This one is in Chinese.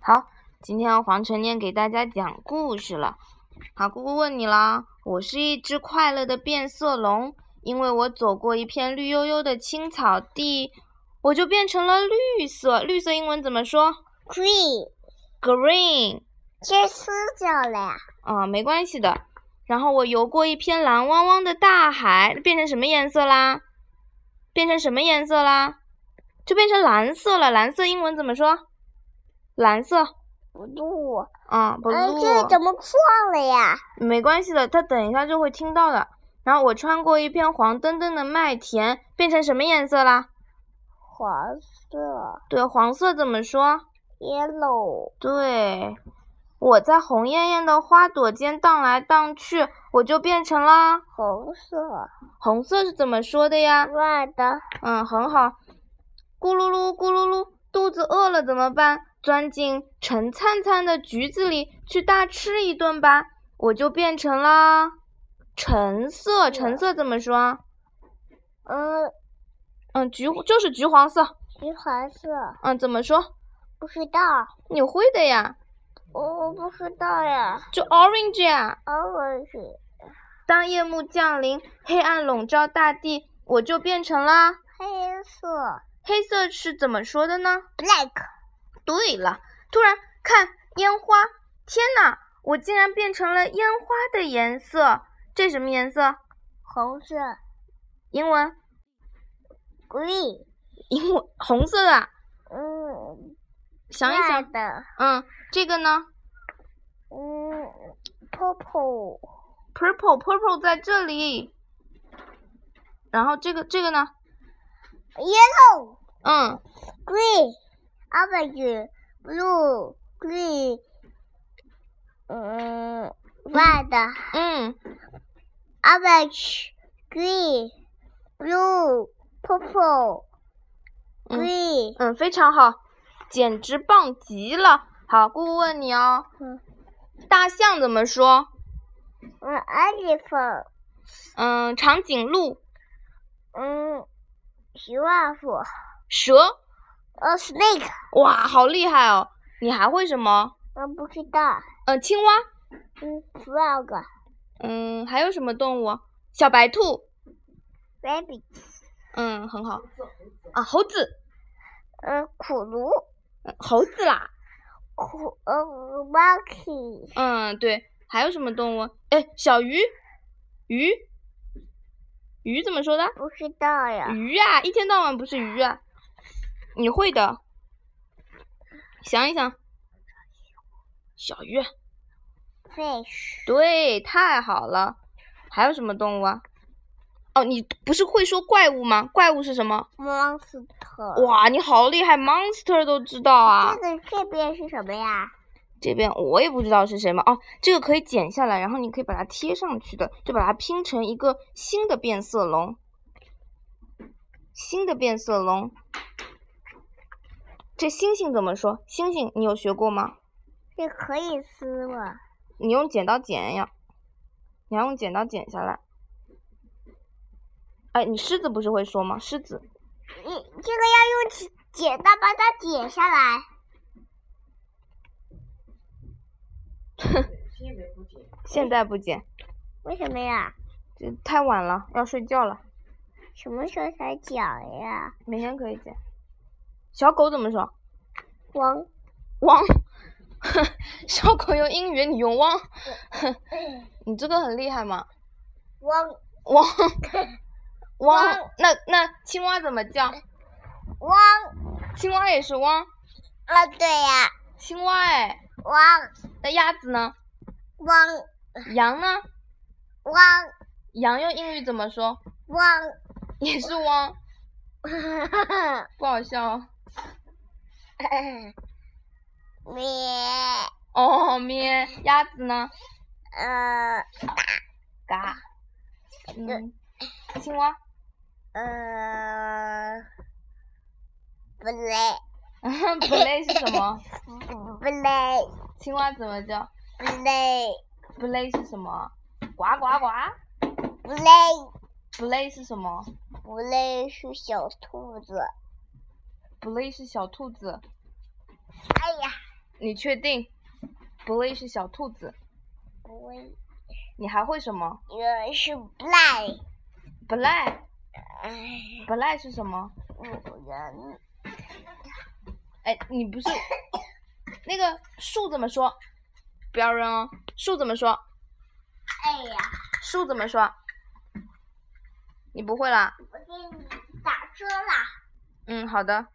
好，今天黄晨念给大家讲故事了。好，姑姑问你啦，我是一只快乐的变色龙，因为我走过一片绿油油的青草地，我就变成了绿色。绿色英文怎么说 Green， ？Green。这撕掉了呀，啊、没关系的。然后我游过一片蓝汪汪的大海，变成什么颜色啦？变成什么颜色啦？就变成蓝色了。蓝色英文怎么说？蓝色，不录。啊、b l 哎 u，e 这怎么撞了呀？没关系的，他等一下就会听到的。然后我穿过一片黄澄澄的麦田，变成什么颜色啦？黄色对，黄色怎么说？ ，yellow，对，我在红艳艳的花朵间荡来荡去，我就变成了红色红色是怎么说的呀？ ，red，嗯，很好。咕噜噜，咕噜噜，肚子饿了怎么办？钻进橙灿灿的橘子里去大吃一顿吧。我就变成了橙色，橙色怎么说？啊嗯，嗯，橘就是橘黄色。橘黄色，嗯，怎么说？不知道，嗯你会的呀，我我不知道呀就 orange 呀。 ，orange，当夜幕降临，黑暗笼罩大地，我就变成了黑色黑色是怎么说的呢？ ，black，对了，突然看烟花，天呐，我竟然变成了烟花的颜色，这什么颜色？红色英文， ，green，英文，红色的啊。嗯想一想， ，red，嗯，这个呢嗯，purple， ，purple purple 在这里，然后这个这个呢， yellow。嗯， green, orange, blue, green, um, red, 嗯， orange, green, blue, purple, 嗯。 green. 嗯，非常好，简直棒极了。好，姑姑问你哦，嗯大象怎么说？ Um, elephant, 嗯，长颈鹿、 um, giraffe, 蛇， a snake. 哇，好厉害哦！你还会什么？我不知道。嗯，青蛙，嗯，frog, 嗯，还有什么动物？小白兔， rabbit, 嗯，很好。啊，猴子，嗯，恐龙，嗯猴子啦，恐呃，monkey, 嗯，对，还有什么动物？哎，小鱼，鱼，鱼怎么说的？不知道呀。鱼啊，一天到晚不是鱼啊，你会的。想一想，小鱼， fish, 对，太好了。还有什么动物啊？哦，你不是会说怪物吗？怪物是什么？ monster. 哇，你好厉害，monster 都知道啊这。个这边是什么呀？这边我也不知道是谁嘛。哦，这个可以剪下来，然后你可以把它贴上去的，就把它拼成一个新的变色龙。新的变色龙，这星星怎么说？星星你有学过吗？这可以撕吗？你用剪刀剪呀，你要用剪刀剪下来。哎，你狮子不是会说吗？狮子，你这个要用剪剪刀把它剪下来。现在不剪，为什么呀？这太晚了，要睡觉了。什么时候才讲呀？明天可以剪。小狗怎么说？王汪， 小狗用英语，你用汪， 你这个很厉害嘛？王汪汪汪，那那青蛙怎么叫？王青蛙也是汪，啊，对呀，青蛙哎。王那鸭子呢？王羊呢？王羊用英语怎么说？王， 也是汪，不好笑哦。咩哦咩，鸭子呢？呃嘎。嗯，青蛙， 呃，不累不累是什么？不累青蛙怎么叫？不累不累是什么？呱呱呱。不累。不累是什么？不累是小兔子。不累是小兔子。哎呀，你确定？不会是小兔子。不会，你还会什么？呃，是 black，不赖，哎，不赖是什么？五人，哎，你不是那个树怎么说？不要扔哦。树怎么说？哎呀，树怎么说？你不会啦？我给你打车啦，嗯，好的。